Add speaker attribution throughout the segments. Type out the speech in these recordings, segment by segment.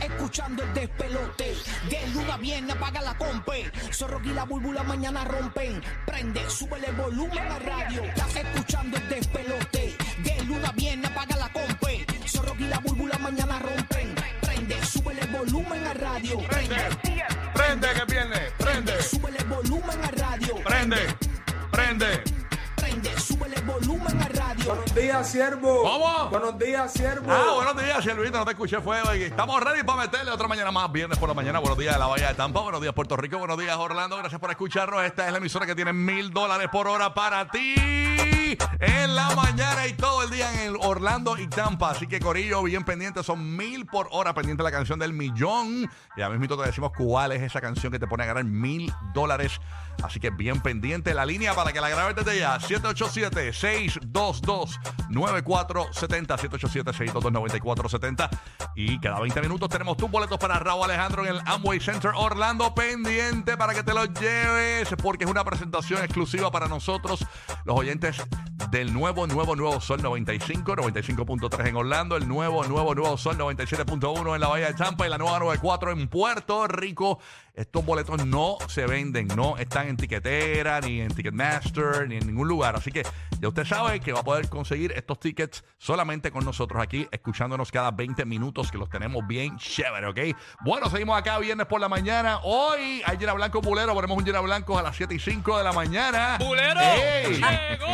Speaker 1: escuchando el despelote. De luna viene, apaga la compe. Zorro y la búlbula mañana rompen. Prende, súbele el volumen a radio. Estás escuchando el despelote. De luna viene, apaga la compe. Zorro y la búlbula mañana rompen. Prende, súbele el volumen a radio.
Speaker 2: Prende, prende que viene, prende,
Speaker 1: súbele el volumen a radio.
Speaker 2: prende, prende.
Speaker 1: Prende, súbele el volumen a radio.
Speaker 3: Buenos días, siervo.
Speaker 2: ¿Cómo?
Speaker 3: Buenos días, siervo.
Speaker 2: Ah, buenos días, Siervito, no te escuché fuego. Estamos ready para meterle otra mañana más, viernes por la mañana. Buenos días, La Bahía de Tampa. Buenos días, Puerto Rico. Buenos días, Orlando. Gracias por escucharnos. Esta es la emisora que tiene mil dólares por hora para ti. En la mañana y todo el día en el Orlando y Tampa. Así que, Corillo, bien pendiente. Son mil por hora pendiente la canción del millón. Y a mismito te decimos cuál es esa canción que te pone a ganar mil dólares. Así que bien pendiente la línea para que la grabes desde ya. 787-622-9470. 787-622-9470. Y cada 20 minutos tenemos tus boletos para Raúl Alejandro en el Amway Center Orlando. Pendiente para que te los lleves. Porque es una presentación exclusiva para nosotros, los oyentes del nuevo, nuevo, nuevo Sol 95, 95.3 en Orlando, el nuevo, nuevo, nuevo Sol 97.1 en la Bahía de Champa y la nueva 94 en Puerto Rico. Estos boletos no se venden, no están en tiquetera, ni en Ticketmaster, ni en ningún lugar. Así que ya usted sabe que va a poder conseguir estos tickets solamente con nosotros aquí, escuchándonos cada 20 minutos, que los tenemos bien chévere, ¿ok? Bueno, seguimos acá viernes por la mañana. Hoy hay Llena Blanco Pulero, ponemos un Llena Blanco a las 7 y 5 de la mañana.
Speaker 4: ¡Bulero!
Speaker 2: ¡Ey!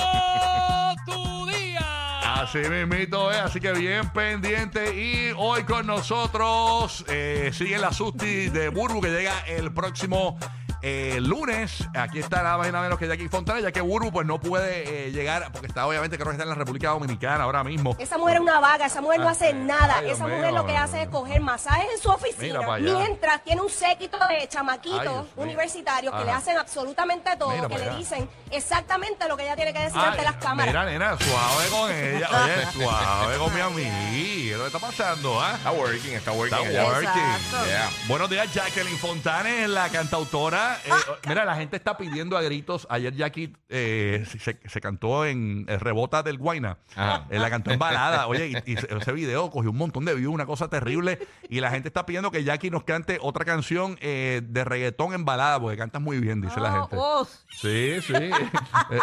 Speaker 4: ¡Llegó tu día!
Speaker 2: Así mismito es, así que bien pendiente. Y hoy con nosotros eh, sigue la Susti de Burbu que llega el próximo eh, lunes. Aquí está nada más y nada menos que Jackie Fontana, ya que Burbu pues no puede eh, llegar porque está obviamente creo que está en la República Dominicana ahora mismo.
Speaker 5: Esa mujer es una vaga, esa mujer no
Speaker 2: Ah,
Speaker 5: hace nada.
Speaker 2: ay, Dios
Speaker 5: esa
Speaker 2: mío,
Speaker 5: mujer lo que
Speaker 2: no,
Speaker 5: hace es
Speaker 2: no, no.
Speaker 5: coger masajes en su
Speaker 2: Mira para
Speaker 5: oficina.
Speaker 2: allá.
Speaker 5: Mientras tiene un séquito de
Speaker 2: Ay, Dios
Speaker 5: chamaquitos
Speaker 2: mío.
Speaker 5: universitarios que le
Speaker 2: Ajá.
Speaker 5: hacen absolutamente todo,
Speaker 2: Mira
Speaker 5: que
Speaker 2: para
Speaker 5: le
Speaker 2: allá.
Speaker 5: dicen exactamente lo que ella tiene que decir
Speaker 2: Ay,
Speaker 5: ante las cámaras.
Speaker 2: Mira, nena, suave con ella. Oye, suave con mi amiga. ¿Qué está pasando, ah?
Speaker 6: Está working, está working.
Speaker 2: Está
Speaker 6: allá.
Speaker 2: working.
Speaker 5: Exacto.
Speaker 6: Yeah.
Speaker 2: Ah, Buenos días, Jacqueline Fontanes, la cantautora. Eh, mira, la gente está pidiendo a gritos. Ayer Jackie eh, se, se cantó en el Rebota del Guayna.
Speaker 6: Ajá.
Speaker 2: Eh, la cantó en balada. Oye, y, y ese video cogió un montón de views, una cosa terrible. Y la gente está pidiendo que Jackie nos cante otra canción eh, de reggaetón en balada, porque cantas muy bien, dice la
Speaker 7: Oh,
Speaker 2: gente.
Speaker 7: oh.
Speaker 2: Sí, sí. Eh,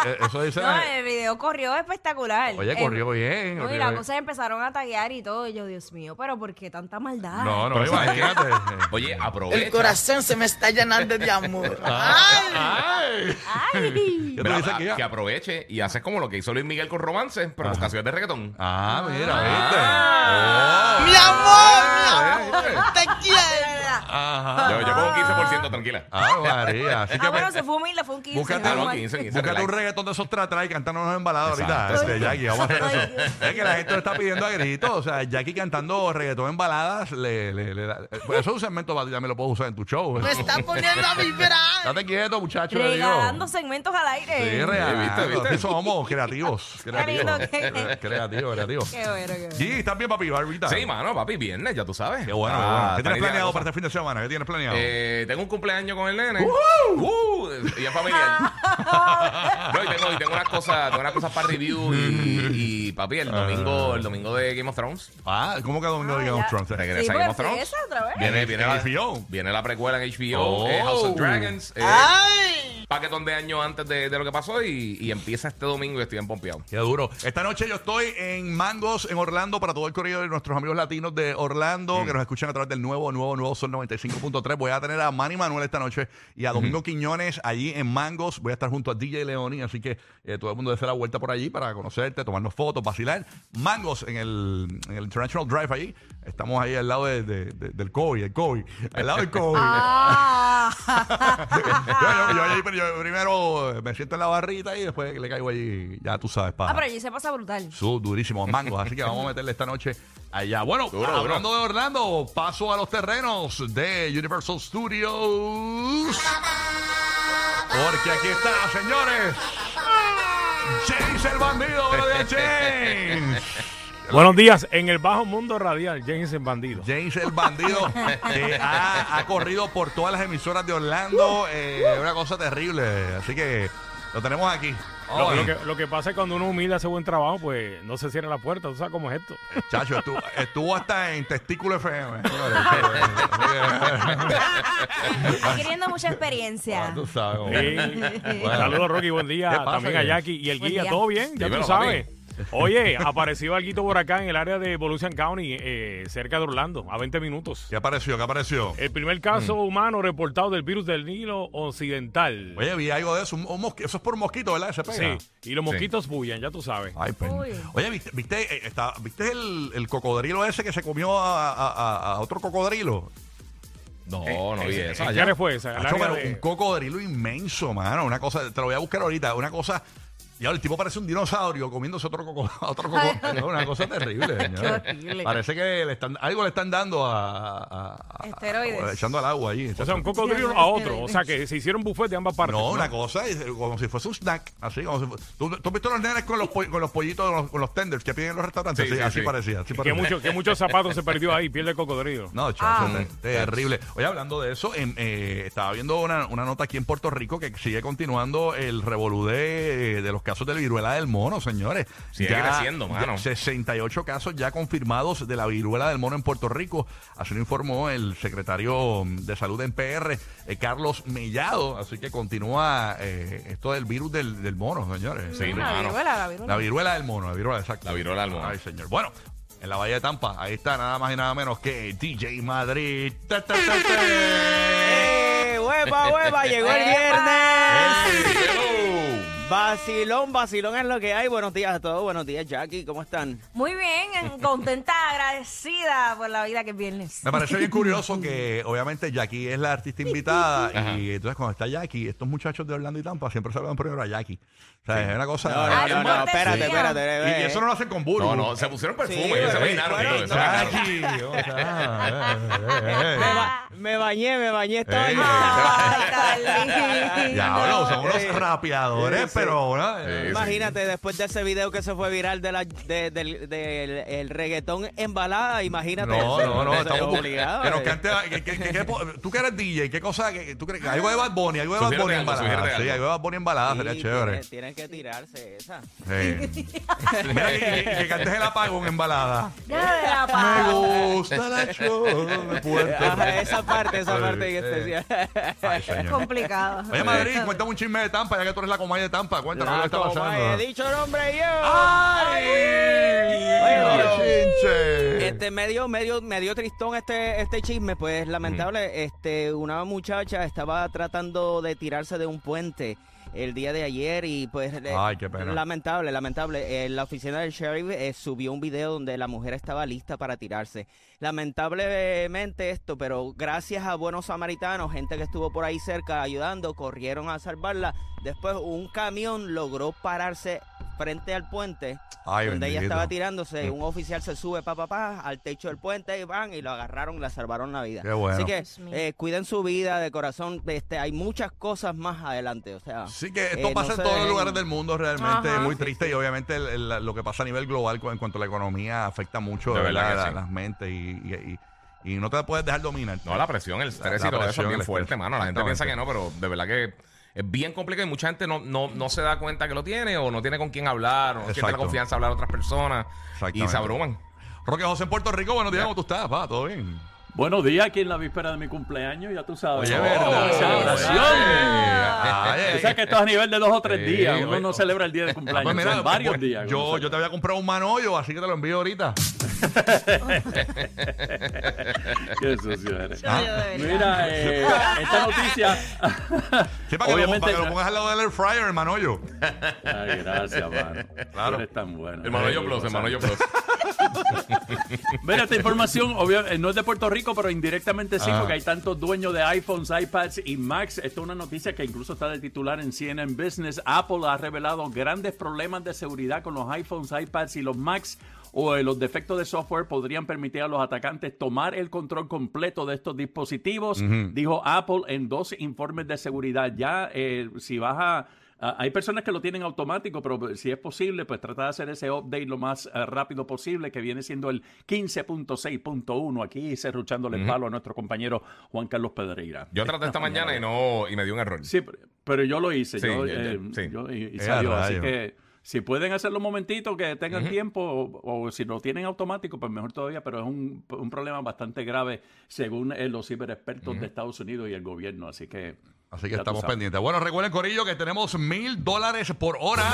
Speaker 2: eh, eso dice la
Speaker 7: No,
Speaker 2: gente.
Speaker 7: el video corrió espectacular.
Speaker 2: Oye,
Speaker 7: El-
Speaker 2: corrió bien.
Speaker 7: No,
Speaker 2: corrió
Speaker 7: y las
Speaker 2: bien.
Speaker 7: cosas empezaron a taguear y todo. Y yo, Dios mío, pero ¿por qué tanta maldad?
Speaker 2: no, no,
Speaker 6: Pero ¿sabes qué?
Speaker 2: imagínate.
Speaker 6: Oye, aprovecha.
Speaker 8: El corazón se me está llenando de amor.
Speaker 2: ¡Ay!
Speaker 7: Ay.
Speaker 2: ¿Qué tú
Speaker 6: Mira,
Speaker 2: dices
Speaker 6: a-
Speaker 2: aquí, ah?
Speaker 6: que aproveche y haces como lo que hizo Luis Miguel con Romance, pero
Speaker 2: Ajá.
Speaker 6: con canciones de reggaetón. Ah.
Speaker 2: Ah, mira,
Speaker 7: Ah,
Speaker 8: ¡Ay!
Speaker 2: viste.
Speaker 8: ¡Mi amor! ¡Mi
Speaker 2: Ah,
Speaker 8: amor! ¡Te quiero!
Speaker 2: Ajá.
Speaker 6: Yo, yo pongo 15%, tranquila.
Speaker 2: Ah, María. Así que
Speaker 7: Ah, bueno,
Speaker 2: ve-
Speaker 7: se fue humilde, fue un 15.
Speaker 2: Búscate,
Speaker 6: Ah,
Speaker 7: menos
Speaker 6: no,
Speaker 7: mal.
Speaker 6: 15, 15.
Speaker 2: búscate un
Speaker 6: relax.
Speaker 2: reggaetón de esos tratrás y cantándonos en balada ahorita.
Speaker 6: Exacto.
Speaker 2: Este, Jackie, vamos a hacer
Speaker 7: Ay,
Speaker 2: eso. Es que la gente lo está pidiendo a gritos. O sea, Jackie cantando reggaetón en baladas, le, le, le da- pues eso es un segmento para ti, ya me lo puedo usar en tu show.
Speaker 8: Me está poniendo a vibrar.
Speaker 2: Date quieto, muchacho. le digo.
Speaker 7: Regalando segmentos al
Speaker 2: Sí,
Speaker 7: aire.
Speaker 2: regalando.
Speaker 6: Sí, viste, viste.
Speaker 2: Sí, Somos creativos. Creativos,
Speaker 7: lindo que-
Speaker 2: creativos. creativos.
Speaker 7: Qué bueno, qué bueno.
Speaker 2: Sí, ¿estás bien, papi? Barbita.
Speaker 6: Sí, mano, papi, viernes, ya tú sabes.
Speaker 2: Qué bueno,
Speaker 6: Ah,
Speaker 2: qué bueno. ¿Qué tienes
Speaker 6: está
Speaker 2: planeado
Speaker 6: lidiando,
Speaker 2: para este fin de semana? ¿Qué tienes planeado?
Speaker 6: Eh, tengo un cumpleaños con el nene. Uh, y es familiar. no, y tengo, y tengo unas cosas, tengo unas cosas para review y, y, papi, el domingo, el domingo de Game of Thrones.
Speaker 2: ah, ¿cómo que domingo de
Speaker 7: Ah,
Speaker 2: Game of
Speaker 7: ya.
Speaker 2: Thrones?
Speaker 6: Regresa
Speaker 7: Sí,
Speaker 6: Game
Speaker 7: pues
Speaker 6: of Thrones.
Speaker 7: regresa otra vez.
Speaker 6: Viene,
Speaker 2: En-
Speaker 6: viene
Speaker 2: en
Speaker 6: la,
Speaker 2: HBO.
Speaker 6: viene la precuela en HBO,
Speaker 2: Oh.
Speaker 6: eh, House of Dragons. eh,
Speaker 8: ¡Ay!
Speaker 6: paquetón de años antes de, de lo que pasó y, y empieza este domingo y estoy en pompeado.
Speaker 2: Qué duro. Esta noche yo estoy en Mangos, en Orlando, para todo el corrido de nuestros amigos latinos de Orlando, que nos escuchan a través del nuevo, nuevo, nuevo Sol 95.3. Voy a tener a Manny Manuel esta noche y a Domingo Quiñones allí en Mangos. Voy a estar junto a DJ Leoni, así que eh, todo el mundo debe la vuelta por allí para conocerte, tomarnos fotos, vacilar. Mangos en el, en el International Drive allí. Estamos ahí al lado de- de- de- del COVID, el COVID. Al lado del COVID.
Speaker 7: Ah.
Speaker 2: yo, yo- yo allí, pero yo primero eh, me siento en la barrita y después le caigo allí, ya tú sabes, para...
Speaker 7: Ah, pero allí se pasa brutal.
Speaker 2: Su durísimo mangos, así que vamos a meterle esta noche allá. Bueno,
Speaker 6: Duro,
Speaker 2: hablando de Orlando, paso a los terrenos de Universal Studios. Porque aquí está, señores. James el bandido, buenos días, James.
Speaker 9: Buenos días, en el bajo mundo radial, James el bandido.
Speaker 2: James el bandido que ha, ha corrido por todas las emisoras de Orlando. eh, una cosa terrible. Así que Lo tenemos aquí.
Speaker 9: Lo,
Speaker 2: Vamos
Speaker 9: lo
Speaker 2: ahí.
Speaker 9: que, lo que pasa es cuando uno humilde hace buen trabajo, pues no se cierra la puerta. ¿Tú sabes cómo es esto?
Speaker 2: Chacho, estuvo, estuvo hasta en Testículo FM.
Speaker 7: Adquiriendo mucha experiencia.
Speaker 2: Ah, Tú sabes, cómo
Speaker 9: Sí.
Speaker 2: es. Bueno.
Speaker 9: Saludos, Rocky. Buen día.
Speaker 2: ¿Qué pasa,
Speaker 9: También a
Speaker 2: Guille?
Speaker 9: Jackie y el
Speaker 7: Buen
Speaker 9: guía.
Speaker 7: día.
Speaker 9: ¿Todo bien? Ya
Speaker 6: Dímelo,
Speaker 9: tú sabes. Oye, apareció alguito por acá en el área de Volusian County, eh, cerca de Orlando, a 20 minutos.
Speaker 2: ¿Qué apareció? ¿Qué apareció?
Speaker 9: El primer caso
Speaker 2: Mm.
Speaker 9: humano reportado del virus del Nilo Occidental.
Speaker 2: Oye, vi algo de eso. un- un mosqui- Eso es por mosquito, ¿verdad? Se pega. Ah,
Speaker 9: Sí, y los mosquitos bullan, ya tú sabes.
Speaker 2: Ay, pen-
Speaker 7: Uy.
Speaker 2: Oye, ¿viste, viste, eh, está- ¿viste el, el cocodrilo ese que se comió a, a- a- a otro cocodrilo?
Speaker 6: No, no vi eso.
Speaker 9: ¿Qué
Speaker 6: allá.
Speaker 9: área fue esa? El
Speaker 2: Hacho,
Speaker 9: área
Speaker 2: pero
Speaker 9: de-
Speaker 2: un cocodrilo inmenso, mano. Una cosa, te lo voy a buscar ahorita. Una cosa. Ya, el tipo parece un dinosaurio comiéndose otro coco, a otro coco. No, una cosa terrible, señores.
Speaker 7: horrible.
Speaker 2: Parece que le están, algo le están dando a, a- a-
Speaker 7: Esteroides.
Speaker 2: echando al agua ahí.
Speaker 9: O sea, un cocodrilo a otro. O sea, que se hicieron buffet de ambas partes.
Speaker 2: No, una cosa, es como si fuese un snack. Así, como si fu- ¿Tú, tú has visto los nenes con los, po- con los pollitos, con los, con los tenders que piden en los restaurantes?
Speaker 6: Sí,
Speaker 2: Sí,
Speaker 6: sí,
Speaker 2: así
Speaker 6: sí.
Speaker 2: parecía. Así
Speaker 9: Que,
Speaker 2: parecía.
Speaker 9: mucho, que muchos zapatos se perdió ahí, piel de cocodrilo.
Speaker 2: No, chacho, te- terrible. Oye, hablando de eso, en, eh, estaba viendo una, una nota aquí en Puerto Rico que sigue continuando el revolú de, de los casos de la viruela del mono, señores.
Speaker 6: Sigue creciendo,
Speaker 2: ya
Speaker 6: mano.
Speaker 2: 68 casos ya confirmados de la viruela del mono en Puerto Rico. Así lo informó el secretario de Salud en PR, eh, Carlos Mellado. Así que continúa eh, esto del virus del, del mono, señores.
Speaker 6: Sí,
Speaker 7: Ah, la
Speaker 6: mano.
Speaker 7: viruela, la viruela.
Speaker 2: La viruela del mono, la viruela, exacto.
Speaker 6: La viruela del mono.
Speaker 2: Ay, señor. Bueno, en la Bahía de Tampa, ahí está nada más y nada menos que DJ Madrid. Ta, ta, ta, ta.
Speaker 10: ¡Eh! ¡Hueva, hueva! Llegó el viernes.
Speaker 6: Hello.
Speaker 10: Vacilón, vacilón es lo que hay. Buenos días a todos. Buenos días, Jackie. ¿Cómo están?
Speaker 7: Muy bien, contenta, agradecida por la vida que es viernes.
Speaker 2: Me parece bien curioso que obviamente Jackie es la artista invitada y entonces cuando está Jackie, estos muchachos de Orlando y Tampa siempre saludan primero a Jackie. O sea, es una cosa...
Speaker 10: No,
Speaker 7: Ah,
Speaker 10: no, no,
Speaker 7: no,
Speaker 10: no, espérate,
Speaker 7: sí.
Speaker 10: espérate.
Speaker 2: Y, y
Speaker 10: eh.
Speaker 2: eso no lo hacen con Buru.
Speaker 6: No, no, se pusieron perfume,
Speaker 10: Sí,
Speaker 6: se
Speaker 10: bueno,
Speaker 6: peinaron.
Speaker 10: bueno,
Speaker 6: tío, se
Speaker 10: no.
Speaker 6: peinaron.
Speaker 2: Jackie, o sea, eh, eh,
Speaker 10: Me,
Speaker 2: eh.
Speaker 10: ba- me bañé, me bañé esta
Speaker 2: Ey.
Speaker 10: mañana.
Speaker 7: Ay, tan lindo.
Speaker 2: Ya, bueno, son unos rapeadores,
Speaker 10: Sí, sí.
Speaker 2: pero... eh, ¿no?
Speaker 6: Sí,
Speaker 10: Imagínate, después de ese video que se fue viral de la- de- del del- el reggaetón en balada, imagínate.
Speaker 2: No, no, no,
Speaker 10: Eso es
Speaker 2: estamos
Speaker 10: obligado,
Speaker 2: Pero
Speaker 10: eh.
Speaker 2: cante la- que- que- que- que po- tú que eres DJ, ¿qué cosa? Que, ¿Tú crees? que- Algo de Bad Bunny, algo de Bad
Speaker 6: Sugiérete
Speaker 2: Bunny en
Speaker 6: algo,
Speaker 2: balada.
Speaker 6: sugiérete
Speaker 2: Sí,
Speaker 6: algo.
Speaker 2: algo de Bad Bunny en balada,
Speaker 10: Sí,
Speaker 2: sería
Speaker 10: tiene-
Speaker 2: chévere.
Speaker 10: Tienen que tirarse esa.
Speaker 2: Sí. Mira, que, que- que cantes el apagón en balada.
Speaker 7: Ya de la
Speaker 2: Me
Speaker 7: paz.
Speaker 2: gusta la show de Puerto
Speaker 10: Ajá, esa parte, esa
Speaker 2: Sí,
Speaker 10: parte en
Speaker 2: sí.
Speaker 10: especial.
Speaker 2: Ay, señor.
Speaker 7: Complicado.
Speaker 2: Oye, Madrid, cuéntame un chisme de Tampa, ya que tú eres la comay de Tampa. Cuéntame lo que está
Speaker 10: Ah, Como he
Speaker 2: pasando. Ah,
Speaker 10: dicho nombre yo.
Speaker 2: ¡Ay!
Speaker 10: Oye,
Speaker 2: Ay,
Speaker 10: pero-
Speaker 2: chinche.
Speaker 10: Este medio, medio, medio tristón este, este chisme, pues lamentable, este, una muchacha estaba tratando de tirarse de un puente el día de ayer y pues le-
Speaker 2: Ay, qué pena.
Speaker 10: lamentable, lamentable. Eh, la oficina del sheriff eh, subió un video donde la mujer estaba lista para tirarse. Lamentablemente esto, pero gracias a buenos samaritanos, gente que estuvo por ahí cerca ayudando, corrieron a salvarla. Después un camión logró pararse frente al puente
Speaker 2: Ay,
Speaker 10: donde
Speaker 2: bendito.
Speaker 10: ella
Speaker 2: Mm.
Speaker 10: estaba tirándose, un oficial se sube pa, pa, pa, al techo del puente y van y lo agarraron y la salvaron la vida.
Speaker 2: Qué bueno.
Speaker 10: Así que
Speaker 7: Dios mío.
Speaker 10: eh, cuiden su vida de corazón, este, hay muchas cosas más adelante, o sea.
Speaker 2: Sí, que
Speaker 10: eh,
Speaker 2: esto
Speaker 10: no
Speaker 2: pasa
Speaker 10: se
Speaker 2: en todos los
Speaker 10: dejen.
Speaker 2: lugares del mundo, realmente
Speaker 7: Ajá.
Speaker 2: muy triste. Y obviamente el- el- lo que pasa a nivel global con- en cuanto a la economía afecta mucho
Speaker 6: De verdad
Speaker 2: ¿verdad?
Speaker 6: que
Speaker 2: la-
Speaker 6: sí.
Speaker 2: las mentes y, y- y- y no te puedes dejar dominar.
Speaker 6: No, la presión, el estrés
Speaker 2: La
Speaker 6: y todo eso
Speaker 2: presión,
Speaker 6: es
Speaker 2: el
Speaker 6: bien
Speaker 2: estrés.
Speaker 6: fuerte, mano. La gente
Speaker 2: Exactamente.
Speaker 6: piensa que no, pero de verdad que es bien complicado y mucha gente no, no, no se da cuenta que lo tiene o no tiene con quién hablar o no siente
Speaker 2: Exacto.
Speaker 6: la confianza de hablar a otras personas y
Speaker 2: Exactamente.
Speaker 6: se abruman.
Speaker 2: Roque José en Puerto Rico, buenos días, ¿cómo tú estás? Va, ¿todo bien?
Speaker 11: Buenos días, aquí en la víspera de mi cumpleaños, ya tú sabes.
Speaker 2: Oye,
Speaker 11: Oh,
Speaker 2: verdad.
Speaker 11: la celebración.
Speaker 2: Ay, ay,
Speaker 11: Tú sabes que esto es a nivel de dos o tres
Speaker 2: Sí,
Speaker 11: días. Uno
Speaker 2: eh, oye.
Speaker 11: no celebra el día de
Speaker 2: Ah,
Speaker 11: cumpleaños,
Speaker 2: pues mira,
Speaker 11: son varios
Speaker 2: pues,
Speaker 11: días. que uno
Speaker 2: Yo, yo te
Speaker 11: celebra.
Speaker 2: había comprado un manollo, así que te lo envío ahorita.
Speaker 11: Qué sucio eres.
Speaker 2: Ah.
Speaker 7: Yo, yo, de verdad.
Speaker 11: Mira, eh, esta noticia.
Speaker 2: Sí, para que, lo,
Speaker 11: Obviamente-
Speaker 2: para que lo pongas al lado del air fryer, el manollo.
Speaker 11: Ay, gracias, mano.
Speaker 2: Claro.
Speaker 11: Claro. Eres tan bueno.
Speaker 6: Hermano yo plus, hermano yo plus.
Speaker 11: Mira, esta información obvio, eh, no es de Puerto Rico, pero indirectamente sí,
Speaker 2: Ah.
Speaker 11: porque hay tantos dueños de iPhones, iPads y Macs. Esta es una noticia que incluso está de titular en CNN Business. Apple ha revelado grandes problemas de seguridad con los iPhones, iPads y los Macs. O eh, los defectos de software podrían permitir a los atacantes tomar el control completo de estos dispositivos, dijo Apple en dos informes de seguridad. Ya, eh, si vas a Ah, hay personas que lo tienen automático, pero si es posible, pues trata de hacer ese update lo más ah, rápido posible, que viene siendo el 15.6.1. Aquí cerruchándole el
Speaker 6: Ujú.
Speaker 11: palo a nuestro compañero Juan Carlos Pedreira.
Speaker 6: Yo traté esta mañana y no y me dio un error.
Speaker 11: Sí, pero, pero yo lo hice.
Speaker 6: Sí,
Speaker 11: yo,
Speaker 6: yo-
Speaker 11: eh,
Speaker 6: yo- sí.
Speaker 11: yo- y- y
Speaker 6: Eh,
Speaker 11: salió. Así
Speaker 6: rayo.
Speaker 11: que si pueden hacerlo un momentito, que tengan
Speaker 6: Ujú.
Speaker 11: tiempo, o, o si lo tienen automático, pues mejor todavía, pero es un, un problema bastante grave según eh, los ciberexpertos de Estados Unidos y el gobierno. Así que.
Speaker 2: Así que
Speaker 11: ya tú
Speaker 2: estamos
Speaker 11: sabes.
Speaker 2: pendientes. Bueno, recuerden, Corillo, que tenemos mil dólares por hora.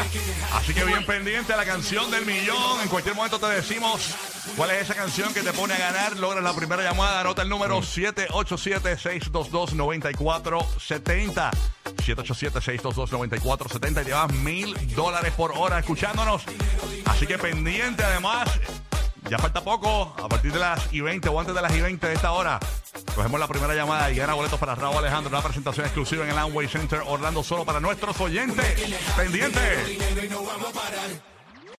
Speaker 2: Así que bien pendiente a la canción del millón. En cualquier momento te decimos cuál es esa canción que te pone a ganar. Logras la primera llamada. Anota el número
Speaker 11: Mm.
Speaker 2: 787-622-9470. 787-622-9470 y llevas mil dólares por hora escuchándonos. Así que pendiente además. Ya falta poco, a partir de las y 20 o antes de las y 20 de esta hora, cogemos la primera llamada y gana boletos para Raúl Alejandro, una presentación exclusiva en el Amway Center Orlando solo para nuestros oyentes. Pendientes.